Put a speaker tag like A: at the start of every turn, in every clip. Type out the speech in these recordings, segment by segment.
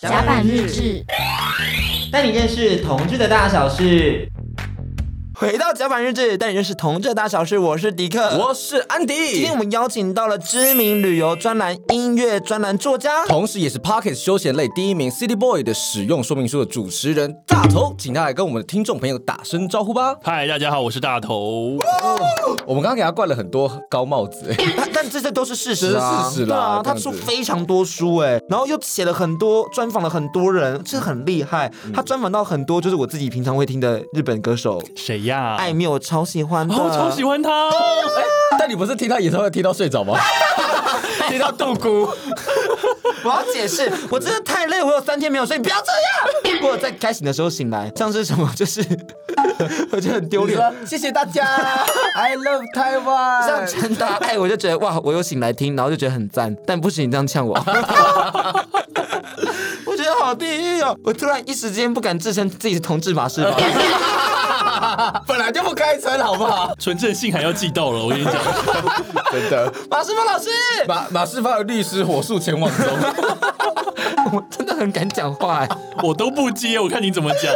A: 甲板日志，
B: 带你认识同志的大小事。
C: 回到甲板日志，带你认识同志的大小事。我是迪克，
D: 我是安迪。
C: 今天我们邀请到了知名旅游专栏、音乐专栏作家，
D: 同时也是 Pocket 休闲类第一名 City Boy 的使用说明书的主持人大头，请他来跟我们的听众朋友打声招呼吧。
E: 嗨，大家好，我是大头。
D: 我们刚刚给他灌了很多高帽子、 欸
C: 但但这些都是事实啊，
D: 这是事实
C: 对
D: 啦
C: 啊，
D: 这
C: 他
D: 样子
C: 出非常多书哎、然后又写了很多，专访了很多人，这很厉害。他专访到很多就是我自己平常会听的日本歌手，
E: 谁呀？
C: 艾米，我超喜欢的，
E: 啊哦，我超喜欢他哦。
D: 但你不是听他演唱会听到睡着吗？
E: 哎
D: 听到杜 姑，
C: 我要解释， 我真的太累，我有三天没有睡，不要这样。我在开醒的时候醒来，像是什么，就是 我觉得很丢脸。
D: 谢谢大家，I love Taiwan。
C: 像陈达爱，我就觉得哇，我又醒来听，然后就觉得很赞，但不行，你这样呛我。 我觉得好地狱哦！我突然一时间不敢自称自己是同志马师 吧。
D: 本来就不开车，好不好？
E: 纯正性还要记到了，我 跟你讲，
D: 真的，
C: 马师傅老师，
D: 马马世芳的律师火速前往中。
C: 我真的很敢讲话哎。
E: 我都不接，我看你怎么讲。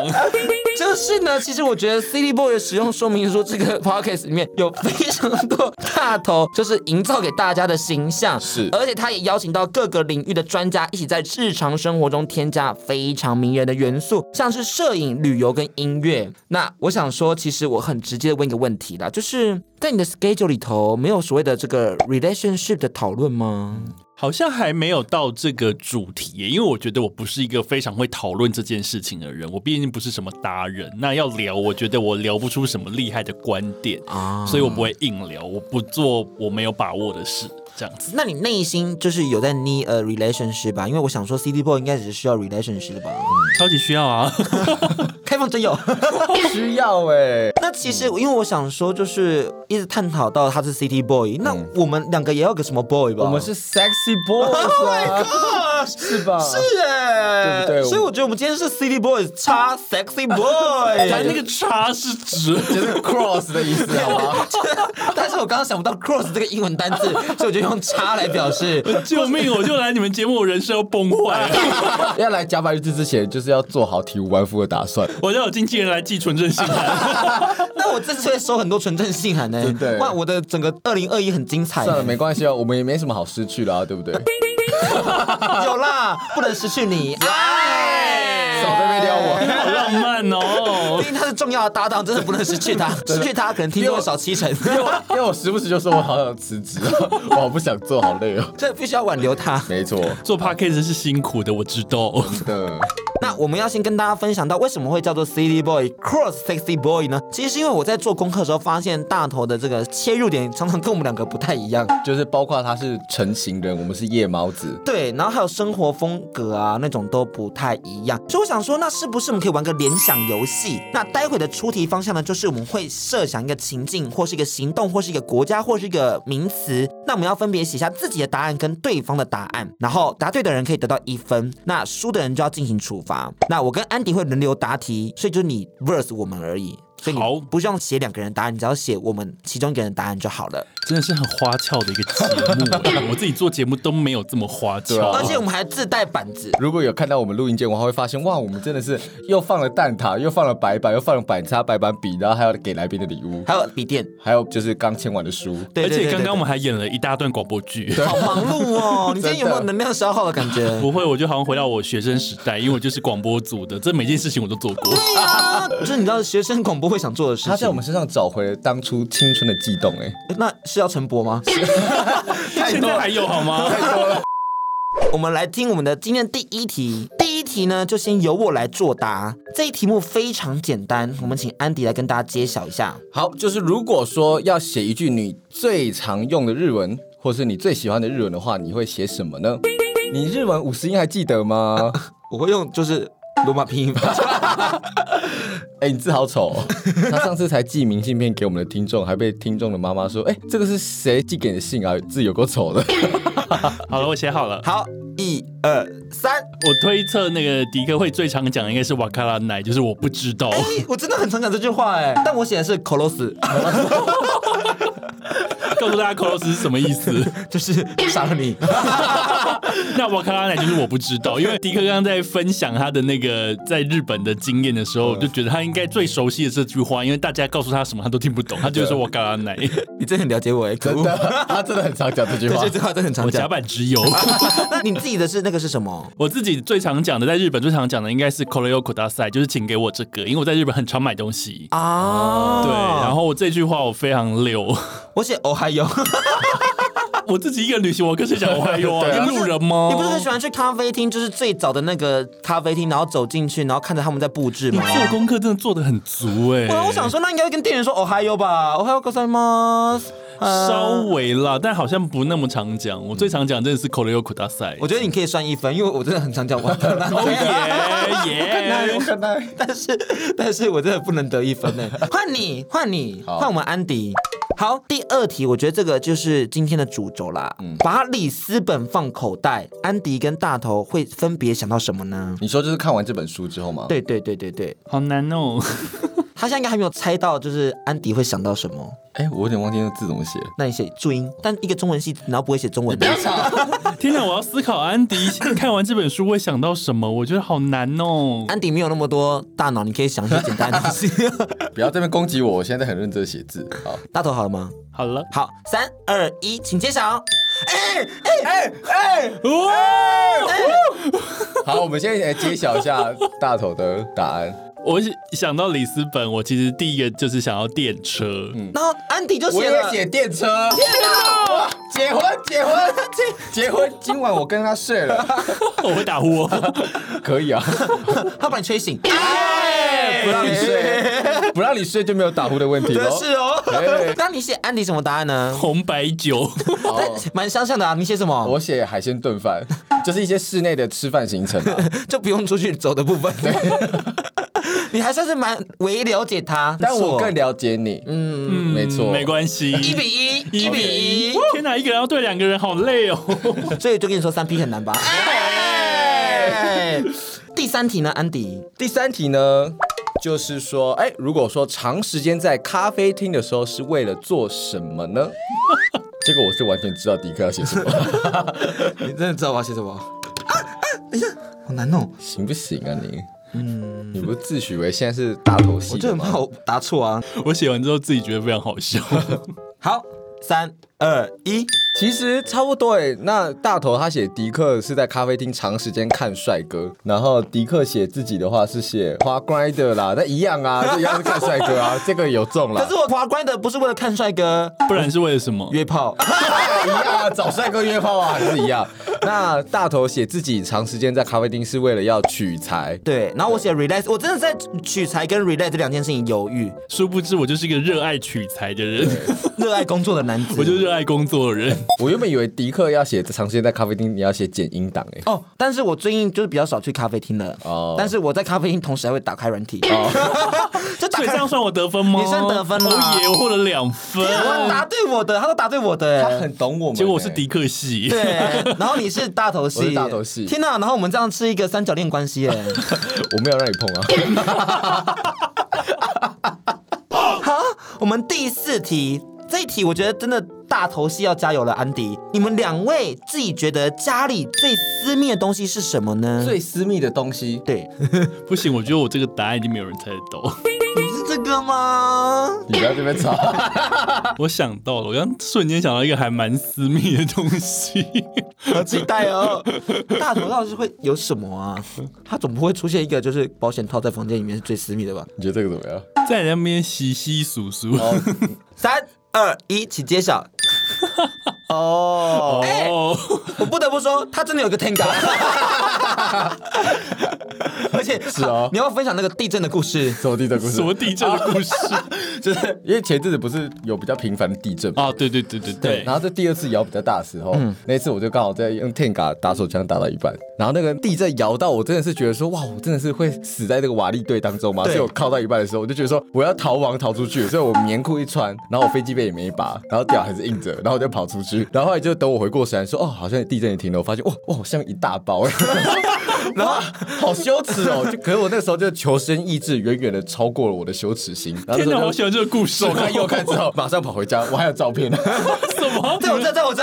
C: 就是呢，其实我觉得 City Boy 的使用说明书这个 podcast 里面有非常多大头，就是营造给大家的形象
D: 是
C: 而且他也邀请到各个领域的专家一起在日常生活中添加非常迷人的元素，像是摄影、旅游跟音乐。那我想说，其实我很直接的问一个问题啦，就是在你的 schedule 里头没有所谓的这个 relationship 的讨论吗？
E: 好像还没有到这个主题耶，因为我觉得我不是一个非常会讨论这件事情的人，我毕竟不是什么达人。那要聊，我觉得我聊不出什么厉害的观点，
C: 啊
E: 所以我不会硬聊，我不做我没有把握的事，这样子。
C: 那你内心就是有在 need a relationship 啊吧？因为我想说 City Boy 应该只是需要 relationship 吧？
E: 超级需要 啊！
C: 开放真友。
D: 需要哎、
C: 那其实，因为我想说，就是一直探讨到他是 City Boy，、那我们两个也要个什么 Boy 吧？
D: 我们是 sexy boys 啊，是吧？Oh 是
C: 是哎、
D: 对不对
C: 所以我觉得我们今天是 City Boy 插 Sexy Boy，
E: 但那个叉是直，
D: 就是 cross 的意思，好吗？
C: 但是我刚刚想不到 cross 这个英文单 字，所以我就用叉来表示。
E: 救命！我就来你们节目，我人设要崩坏 了。
D: 要来甲板日志之前，就是要做好体无完肤的打算。
E: 我要有经纪人来寄纯正信 函。
C: 那我这次会收很多纯正信函呢、
D: 真的
C: 哇，我的整个二零二一很精彩、
D: 算了，没关系啊，我们也没什么好失去了、啊，对不对？少
C: 有啦，不能失去你。哎，
D: 在那边撩我，
E: 好浪漫哦
C: 毕！竟他是重要的搭档， 真的不能失去他，失去他可能听众会少七成，
D: 因为我时不时就说我好想辞职啊， 我好不想做，好累哦。
C: 这必须要挽留他。
D: 没错，呃
E: 做 podcast 是辛苦的，我知道。
D: 真的，
C: 那我们要先跟大家分享到为什么会叫做 City Boy Cross Sexy Boy 呢？其实是因为我在做功课的时候发现大头的这个切入点常常跟我们两个不太一样。
D: 就是包括他是成型人，我们是夜猫子。
C: 对，然后还有生活风格啊那种都不太一样，所以我想说，那是不是我们可以玩个联想游戏？那待会的出题方向呢，就是我们会设想一个情境，或是一个行动，或是一个国家，或是一个名词。那我们要分别写下自己的答案跟对方的答案，然后答对的人可以得到一分，那输的人就要进行处罚。那我跟安迪会轮流答题，所以就是你 verse 我们而已。所以
E: 好
C: 你不是用写两个人答案，你只要写我们其中一个人答案就好了。
E: 真的是很花俏的一个节目 欸，我自己做节目都没有这么花
D: 对
E: 俏。
D: 啊
C: 而且我们还自带板子，
D: 如果有看到我们录音间，我还会发现，哇，我们真的是又放了蛋挞，又放了白板，又放了板擦、白板笔，然后还有给来宾的礼物，
C: 还有笔电。
D: 还有就是刚签完的书。
C: 对
E: 而
C: 对对
E: 且
C: 对
E: 刚刚我
C: 对
E: 们还演了一大段广播剧。
C: 好忙碌 哦！你今天有没有能量消耗的感 觉？
E: 不会，我就好像回到我学生时代，因为我就是广播组的，这每件事情我都做 过。
C: 对啊，就是你知道学生广播会想做的事情。
D: 他在我们身上找回了当初青春的悸动、哎，
C: 诶那是要陈博 吗？
E: 现在还有好吗？
C: 我们来听我们的今天第一题。第一题呢，就先由我来作答。这一题目非常简单，我们请安迪来跟大家揭晓一下。
D: 好，就是如果说要写一句你最常用的日文，或是你最喜欢的日文的话，你会写什么呢？你日文五十音还记得吗？
C: 我会用就是罗马拼音法。
D: 哎、你字好丑、哦。他上次才寄明信片给我们的听众，还被听众的妈妈说：“哎、这个是谁寄给你的信啊？字有够丑的。
E: 好了，我写好了。
C: 好，一二三。
E: 我推测那个迪克会最常讲的应该是瓦卡拉奶，就是我不知 道。
C: 诶我真的很常讲这句话哎，但我写的是 close，
E: 告诉大家 close 是什么意思？
C: 就是杀了你。
E: 那瓦卡拉奶就是我不知道，因为迪克刚刚在分享他的那个 在日本的经验的时候，我就觉得他应该最熟悉的这句话，因为大家告诉他什么他都听不懂，他就会说瓦卡拉 奶，
C: 你真的很了解我哎，可
D: 真
C: 恶！
D: 的， 他真的很常讲这句
C: 对，
D: 话
C: 这。句话真的很常
E: 我甲
C: 讲。
E: 板之 友。
C: 那你自己的是那个是什么？
E: 我自己最常讲的，在日本最常讲的应该是 k o r e o k o d a s a i 就是请给我这个，因为我在日本很常买东西。
C: 啊，
D: 哦
E: 对，然后我这句话我非常溜，
C: 我写哦嗨哟，
E: 我自己一个人旅行，我跟谁讲我还有啊？
D: 对啊
E: 跟路人吗？
C: 你不是很喜欢去咖啡厅，就是最早的那个咖啡厅，然后走进去，然后看着他们在布置
E: 你
C: 吗？
E: 做功课真的做的很足哎、
C: 我我想说，那应该会跟店员说哦嗨哟吧，啊哦嗨哟 g o z a i m 呃
E: 稍微啦，但好像不那么常讲。我最常讲真的是 k o r e o k o d a s a i
C: 我觉得你可以算一分，因为我真的很常讲完 蛋了。
E: 耶哦耶，
D: 很难。
C: 但是但是我真的不能得一分呢。换你，换你，
D: 好
C: 换我们安迪。好，第二题，我觉得这个就是今天的主轴啦。
E: 嗯
C: 把里斯本放口袋，安迪跟大头会分别想到什么呢？
D: 你说就是看完这本书之后吗？，
C: 对对对对对，
E: 好难哦。
C: 他现在应该还没有猜到，就是安迪会想到什么。
D: 哎，我有点忘记那个字怎么写。
C: 那你写注音，但一个中文系，然后不会写中文的。
E: 天哪，我要思考安迪看完这本书会想到什么，我觉得好难哦。
C: 安迪没有那么多大脑，你可以想一些简单的东 西。
D: 不要这边攻击我，我现在在很认真地写字。 好，
C: 大头好了吗？
E: 好了，
C: 好，三二一，请揭晓。
D: 哎
E: 哦
D: 好，我们现在来揭晓一下大头的答案。
E: 我想到里斯本，我其实第一个就是想要电车。
C: 然后安迪就
D: 我
C: 写
D: 也
C: 了，
D: 写电车。哇结婚，结婚， 结婚！今晚我跟他睡了，
E: 我会打呼、哦，
D: 可以啊，
C: 他把你吹醒。
D: 哎
C: 哎
D: 不让你睡， 不让你睡就没有打哎呼的问题
C: 真
D: 喽。
C: 是哦
D: 哎。
C: 那你写安迪什么答案 呢？
E: 红白酒。
D: 好
C: 蛮相像的啊，你写什么？
D: 哦我写海鲜炖饭，就是一些室内的吃饭行程 啊。
C: 就不用出去走的部分。 你还算是蛮为了解他，
D: 但
C: 是
D: 我更了解你，嗯，没错，
E: 没关系，
C: 一比一，一
E: 一
C: 比一，
E: 天哪，一个人要对两个人，好累哦。
C: 所以就跟你说三 P 很难吧？哎第三题呢，安迪，
D: 第三题呢，就是说，哎，如果说长时间在咖啡厅的时候是为了做什么 呢？这个我是完全知道迪克要写什么，
C: 你真的知道我要写什么？啊啊等一下，好难哦，
D: 行不行啊你？嗯，你不是自诩为现在是大头
C: 我
D: 戏
C: 就
D: 的
C: 很怕
D: 吗？
C: 我答错啊。
E: 我写完之后自己觉得非常 好笑。
C: 好，三二一，
D: 其实差不多哎。那大头他写迪克是在咖啡厅长时间看帅哥，然后迪克写自己的话是写花 grinder 啦，那一样啊，这一样是看帅哥 啊，这个有中啦
C: 可是。我滑关的不是为了看帅哥，
E: 不然是为了什么？
C: 约炮。
D: 一样啊，找帅哥约炮啊，还是一样。那大头写自己长时间在咖啡厅是为了要取材，
C: 对，然后我写 relax，我真的在取材跟 relax 这两件事情犹豫。
E: 殊不知我就是一个热爱取材的人，
C: 热爱工作的 男子，
E: 我就热爱工作的人。
D: 我原本以为迪克要写长时间在咖啡厅，你要写剪音档哎、
C: 哦，但是我最近就是比较少去咖啡厅了。
D: 哦
C: 哦，但是我在咖啡厅同时还会打开软体， 就打
E: 所以这
C: 开
E: 样。算我得分吗？
C: 你算得分啦
E: 哦耶，我获了两分。
C: 他答对我的，他都答对我的、
D: 他
C: 欸。
D: 很懂我们、
E: 结果我是迪，克系，
C: 对，然后你是大头
D: 我
C: 戏，
D: 是大头戏
C: 天哪！然后我们这样是一个三角恋关系耶。
D: 我没有让你碰啊。
C: 好，我们第四题，这一题我觉得真的大头戏要加油了，安迪。你们两位自己觉得家里最私密的东西是什么呢？
D: 最私密的东西，
C: 对，
E: 不行，我觉得我这个答案已经没有人猜得到。
C: 是这个吗？
D: 你不要这边吵。
E: 我想到了，我刚瞬间想到一个还蛮私密的东西，
C: 好期待 哦！大头到底是会有什么啊？他总不会出现一个就是保险套在房间里面是最私密的吧？
D: 你觉得这个怎么样？
E: 在那边稀稀疏疏。
C: 三二一，请揭 晓。哦，
E: 哦，
C: 我不得不说，他真的有一个 Tenga，而且
D: 是哦
C: 你要分享那个地震的故事。
D: 什么地震故事？
E: 什么地震的故事
D: 就是因为前阵子不是有比较频繁的地震嘛。
E: 啊？对对对对对
D: 然，后这第二次摇比较大的时候，那一次我就刚好在用 Tenga 打手枪打到一半，然后那个地震摇到我真的是觉得说，哇，我真的是会死在这个瓦砾堆当中吗？
C: 对
D: 所以我靠到一半的时候，我就觉得说我要逃亡逃出去，所以我棉裤一穿，然后我飞机杯也没拔，然后屌还是硬着，然后我就跑出去，然后后来就等我回过神来说，哦，好像地震也停了，我发现哇哇，我下面一大包、欸。 然后好羞耻哦！就可是我那时候就求生意志远远的超过了我的羞耻心。然后
E: 天哪，
D: 就
E: 好喜欢这个故事、哦！
D: 左看右看之后，马上跑回家，我还有照片呢。
E: 什么？
C: 在我这，在我这，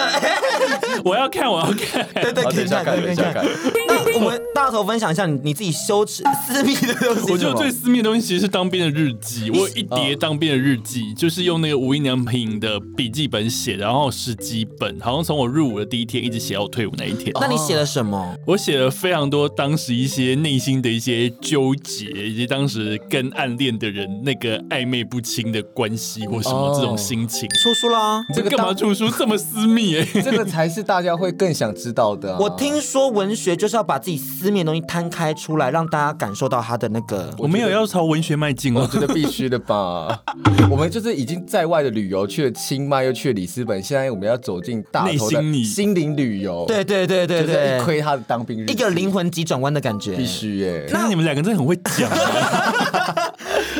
E: 我要看，我要看。
C: 对对，
D: 好
C: 可
D: 等
C: 以
D: 一下看，等一下看。
C: 那我们大头分享一下你你自己羞耻私密的东西是
E: 我
C: 什么，
E: 觉得最私密的东西其实是当兵的日记，我有一叠当兵的日记，就是用那个无印良品的笔记本写的，然后十几本，好像从我入伍的第一天一直写到我退伍那一天。
C: 哦那你写了什么？
E: 我写了非常多当时一些内心的一些纠结，以及当时跟暗恋的人那个暧昧不清的关系或什么
D: 哦
E: 这种心情。
C: 说出啦。
D: 这个
E: 干嘛
D: 当
E: 出书这么私密、欸？
D: 这个才是大家会更想知道的啊。
C: 我听说文学就是要把自己私密的东西摊开出来，让大家感受到它的那个。
E: 我没有要朝文学迈进
D: 我
E: 哦。
D: 觉得必须 的吧。我们就是已经在外的旅游，去了清迈，又去了里斯本，现在我们要走进大头的
E: 内心里
D: 心灵旅游。
C: 对对对对
D: 就是一
C: 对，
D: 窥他的当兵日，
C: 一个灵魂急转弯的感觉。
D: 必须耶。
E: 那你们两个真的很会讲、啊，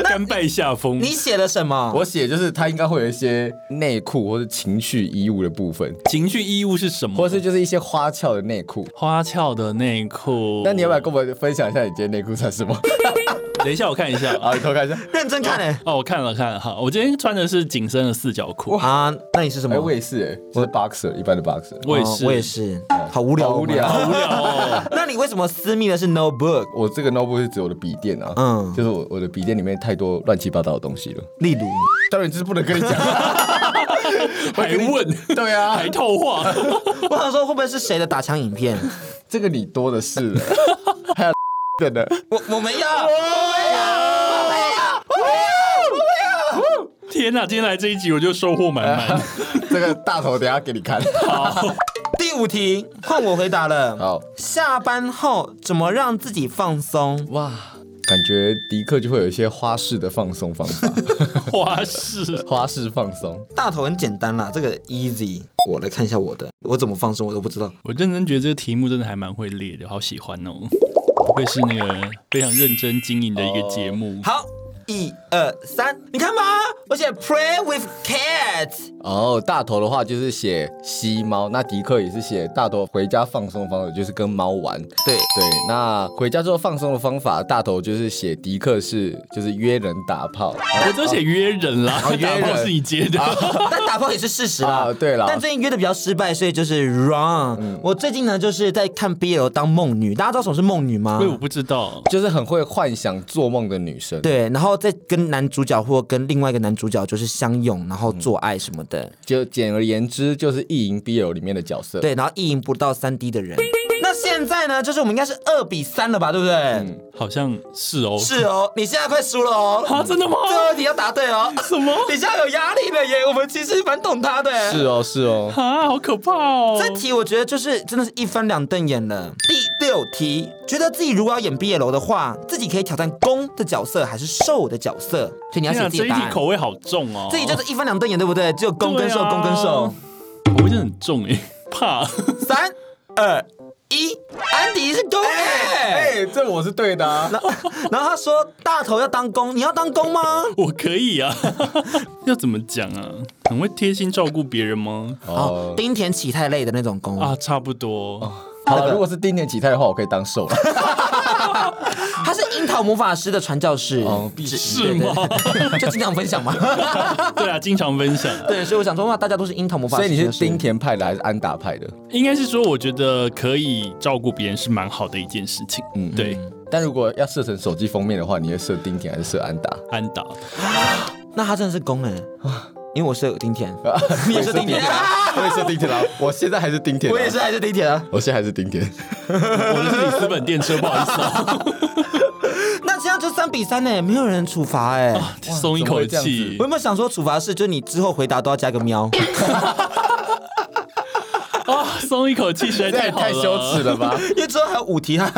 E: 甘拜下风
C: 你。写了什么？
D: 我写就是他应该会有一些内裤或者情趣衣物的部分，
E: 情趣衣物是什么？
D: 或是就是一些花俏的内裤。
E: 花俏的内裤。
D: 那你要不要跟我们分享一下你今天内裤穿什 么？
E: 等一下，我看一下啊。
D: 好，你偷看一下。
C: 认真看嘞、
E: 哦，我看了看了，好，我今天穿的是紧身的四角裤，
C: 啊，那你是什么？
D: 哎，我也是哎，我是 boxer 一般的 boxer。
E: 我也
C: 哦
E: 是，
C: 我也是，好无聊，
D: 好无聊。
C: 我们。
E: 无聊哦。
C: 那你为什么私密的是 no book？
D: 我这个 notebook 是指我的笔电啊，
C: 嗯
D: 嗯，就是我我的笔电里面太多乱七八糟的东西了。
C: 例如，
D: 当然就是不能跟你讲，啊
E: 还问，
D: 对啊
E: 还，套话，
C: 我想说会不会是谁的打枪影片？
D: 这个你多的是了，还有 的呢。
C: 我我没要，
E: 天哪、今天来这一集我就收获满满。
D: 这个大头等一下给你看。
C: 第五题，换我回答了。
D: 好
C: 下班后怎么让自己放松？
D: 哇，感觉迪克就会有一些花式的放松方法，
E: 花式，
D: 花式放松。
C: 大头很简单啦，这个 easy。我来看一下我的，我怎么放松我都不知道。
E: 我认真觉得这个题目真的还蛮会列的，好喜欢哦。不愧是那个非常认真经营的一个节目。
C: 好，一二三，你看吧，我写 play with cat。
D: 哦，大头的话就是写吸猫，那迪克也是写大头回家放松方法就是跟猫玩。
C: 对，
D: 对，那回家之后放松的方法，大头就是写迪克是就是约人打炮。
E: 我只有写约人啦，
D: 哦约
E: 打
D: 人
E: 炮是你接的。
C: 但打炮也是事实啦
D: 啊。对啦嗯
C: 但最近约的比较失败，所以就是 wrong。我最近呢就是在看 BL 当梦女，大家知道什么是梦女吗
E: 喂，？我不知道，
D: 就是很会幻想做梦的女生，
C: 对，然后再跟男主角或跟另外一个男主角就是相拥，然后做爱什么的。
D: 就简而言之就是《意淫 BL》里面的角色。，
C: 对，然后意淫不到三 D 的人。那现在呢，就是我们应该是二比三了吧，对不对？
D: 嗯
E: 好像是哦。
C: 是哦，你现在快输了哦，
E: 啊，真的吗？
C: 最后一题要答对哦。
E: 什么？
C: 你现在有压力了耶，我们其实蛮懂他的。
D: 是哦，是 哦。
E: 啊，好可怕哦！
C: 这题我觉得就是真的是一翻两瞪眼了。第六题，觉得自己如果要演 BL 的话，自己可以挑战攻的角色还是受的角色？所以你要
E: 天
C: 写
E: 哪，
C: 自己
E: 这
C: 的
E: 一
C: 答
E: 题
C: 案。
E: 口味好重哦。
C: 自己就是一翻两瞪眼，对不对？只有攻跟受，
E: 对啊
C: 攻跟受。
E: 口味真的很重哎， 怕。
C: 三二一，安迪是攻哎、
D: 哎、这我是对的、啊。
C: 然后他说：“大头要当公，你要当公吗
E: 我可以啊， 要怎么讲啊？很会贴心照顾别人吗？？”
C: 哦，
D: 哦，
C: 丁田启太类的那种公
E: 啊，差不多。
D: 好了，如果是丁年启泰的话，我可以当受了。
C: 他是樱桃魔法师的传教士，
D: 哦
C: 必
E: 是吗？
C: 就经常分享 嘛。
E: 对啊，经常分享。
C: 对，所以我想说，哇，大家都是樱桃魔法师，
D: 所以你是
C: 就是
D: 丁田派的还是安达派的？
E: 应该是说，我觉得可以照顾别人是蛮好的一件事情。嗯，对，
D: 但如果要设成手机封面的话，你会设丁田还是设安达？
E: 安达，
C: 那他真的是公哎、因为我是丁田，啊 你也是丁田，
D: 我也是丁田啦，啊我现在还是丁田，
C: 我也是，还是丁田啊。
D: 我现在还是丁田。
E: 我的是里斯本电车，不好意思啊，
C: 那这样就三比三哎，没有人处罚哎。
E: 松一
D: 怎
E: 口
D: 么会这样
E: 气
C: 我。有没有想说处罚是，就是你之后回答都要加个 喵？
E: 啊，松一口气实 在
D: 这也
E: 太好
D: 太羞耻
E: 了，
D: 了吧！
E: 哎
C: 因为之后还有五题啊。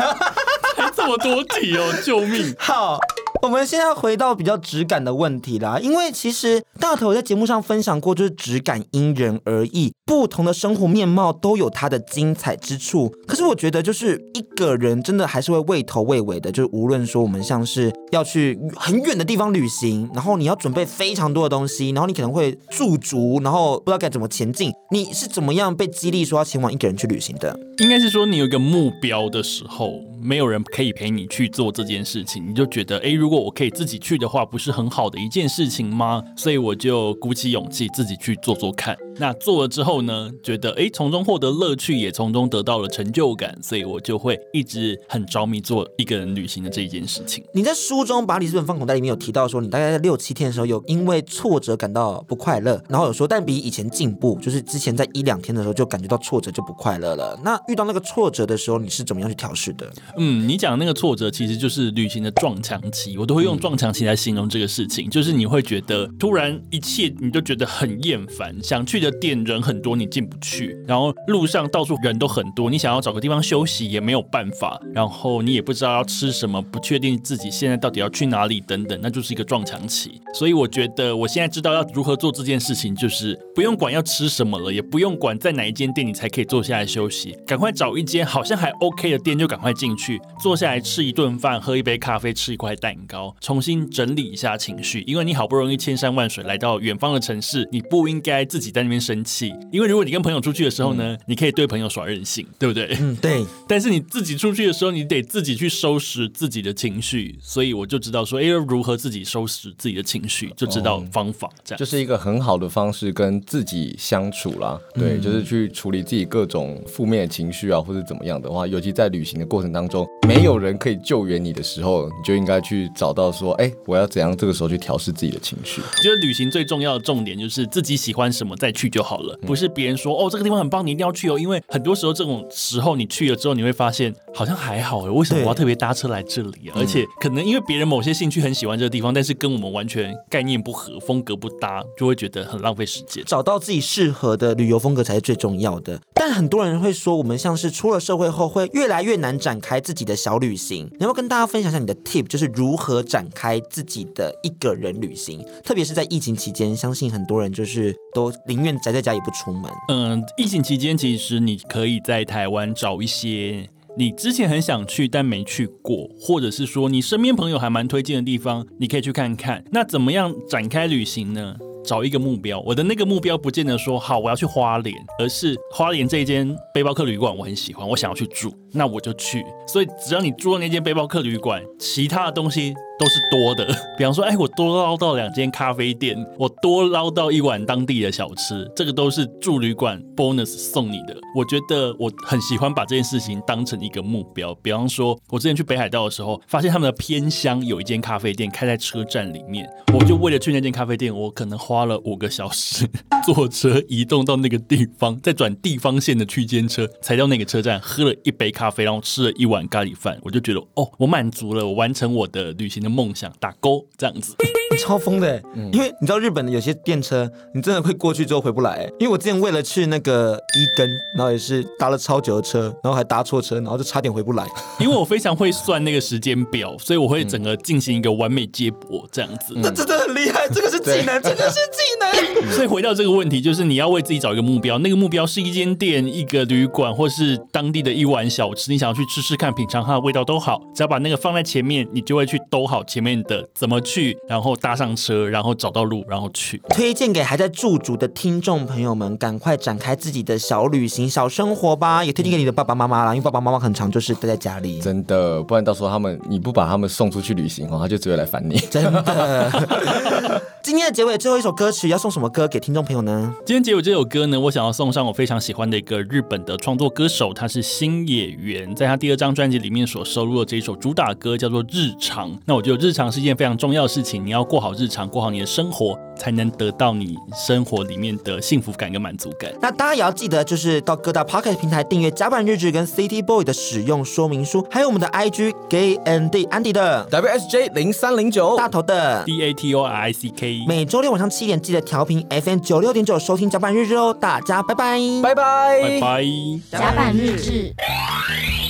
E: 这么多题哦，救命！
C: 好，我们现在回到比较质感的问题啦，因为其实大头在节目上分享过，就是质感因人而异，不同的生活面貌都有它的精彩之处。可是我觉得，就是一个人真的还是会畏头畏尾的，就是无论说我们像是要去很远的地方旅行，然后你要准备非常多的东西，然后你可能会驻足，然后不知道该怎么前进。你是怎么样被激励说要前往一个人去旅行的？
E: 应该是说你有一个目标的时候，没有人可以陪你去做这件事情，你就觉得，诶，如果我可以自己去的话，不是很好的一件事情吗？所以我就鼓起勇气自己去做做看。那做了之后呢，觉得诶，从中获得乐趣，也从中得到了成就感，所以我就会一直很着迷做一个人旅行的这一件事情。
C: 你在书中《把里斯本放口袋》里面有提到说，你大概在六七天的时候有因为挫折感到不快乐，然后有说但比以前进步，就是之前在一两天的时候就感觉到挫折就不快乐了。那遇到那个挫折的时候，你是怎么样去调试的？
E: 嗯，你讲的那个挫折其实就是旅行的撞墙期，我都会用撞墙期来形容这个事情，就是你会觉得突然一切你就觉得很厌烦，想去的店人很多你进不去，然后路上到处人都很多，你想要找个地方休息也没有办法，然后你也不知道要吃什么，不确定自己现在到底要去哪里等等，那就是一个撞墙期。所以我觉得我现在知道要如何做这件事情，就是不用管要吃什么了，也不用管在哪一间店你才可以坐下来休息，赶快找一间好像还 OK 的店就赶快进去，坐下来吃一顿饭，喝一杯咖啡，吃一块蛋糕，重新整理一下情绪。因为你好不容易千山万水来到远方的城市，你不应该自己在那边生气，因为如果你跟朋友出去的时候呢，你可以对朋友耍任性，对不对？
C: 嗯，对，
E: 但是你自己出去的时候，你得自己去收拾自己的情绪，所以我就知道说，哎，要如何自己收拾自己的情绪，就知道方法。这样
D: 就是一个很好的方式跟自己相处啦。对，就是去处理自己各种负面的情绪啊，或者怎么样的话，尤其在旅行的过程当中，没有人可以救援你的时候，你就应该去找到说，哎、我要怎样这个时候去调试自己的情绪。
E: 觉得旅行最重要的重点就是自己喜欢什么再去就好了，不是别人说哦这个地方很棒，你一定要去哦。因为很多时候这种时候你去了之后，你会发现好像还好诶，为什么
C: 对
E: 我要特别搭车来这里、啊？而且可能因为别人某些兴趣很喜欢这个地方，但是跟我们完全概念不合，风格不搭，就会觉得很浪费时间。
C: 找到自己适合的旅游风格才是最重要的。但很多人会说，我们像是出了社会后，会越来越难展开自己的小旅行。你要不要跟大家分享一下你的 tip，就是如何展开自己的一个人旅行？特别是在疫情期间，相信很多人就是都宁愿宅在家也不出门。
E: 嗯，疫情期间其实你可以在台湾找一些你之前很想去但没去过，或者是说你身边朋友还蛮推荐的地方，你可以去看看。那怎么样展开旅行呢？找一个目标，我的那个目标不见得说好我要去花莲，而是花莲这一间背包客旅馆我很喜欢，我想要去住，那我就去。所以只要你住到那间背包客旅馆，其他的东西都是多的。 比方说，哎，我多捞到两间咖啡店，我多捞到一碗当地的小吃，这个都是住旅馆 bonus 送你的。我觉得我很喜欢把这件事情当成一个目标。比方说，我之前去北海道的时候，发现他们的偏乡有一间咖啡店开在车站里面，我就为了去那间咖啡店，我可能花了五个小时坐车移动到那个地方，再转地方线的区间车，才到那个车站，喝了一杯咖啡，然后吃了一碗咖喱饭，我就觉得哦，我满足了，我完成我的旅行的梦想，打勾这样子。
C: 超疯的欸、因为你知道日本的有些电车，你真的会过去之后回不来欸、因为我之前为了去那个伊根，然后也是搭了超久的车，然后还搭错车，然后就差点回不来。
E: 因为我非常会算那个时间表，所以我会整个进行一个完美接驳这样子。
C: 这 真的很厉害，这个是技能，真的是技能。
E: 所以回到这个问题，就是你要为自己找一个目标，那个目标是一间店、一个旅馆，或是当地的一碗小吃，你想要去吃吃看、品尝它的味道都好。只要把那个放在前面，你就会去兜好前面的怎么去，然后搭上车，然后找到路，然后去。
C: 推荐给还在驻足的听众朋友们，赶快展开自己的小旅行、小生活吧。也推荐给你的爸爸妈妈啦，因为爸爸妈妈很常就是待在家里。
D: 真的，不然到时候他们你不把他们送出去旅行哦，他就只会来烦你。
C: 真 的。今天的结尾最后一首歌曲要送什么歌给听众朋友呢？
E: 今天结尾这首歌呢，我想要送上我非常喜欢的一个日本的创作歌手，他是星野源，在他第二张专辑里面所收录的这一首主打歌叫做《日常》。那我觉得日常是一件非常重要的事情，你要过好日常，过好你的生活，才能得到你生活里面的幸福感跟满足感。
C: 那大家也要记得，就是到各大 p o c k e t 平台订阅《甲板日志》跟《City Boy》的使用说明书，还有我们的 IG Gay and D 安迪的
D: WSJ 零三零九，
C: 大头的。
E: D A T O R I C K。
C: 每周六晚上七点记得调频 FM 九六点九收听《甲板日志》哦，大家拜拜，
D: 拜拜，
E: 拜拜。
B: 甲
A: 甲板日志。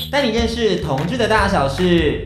B: 带你认识同志的大小事。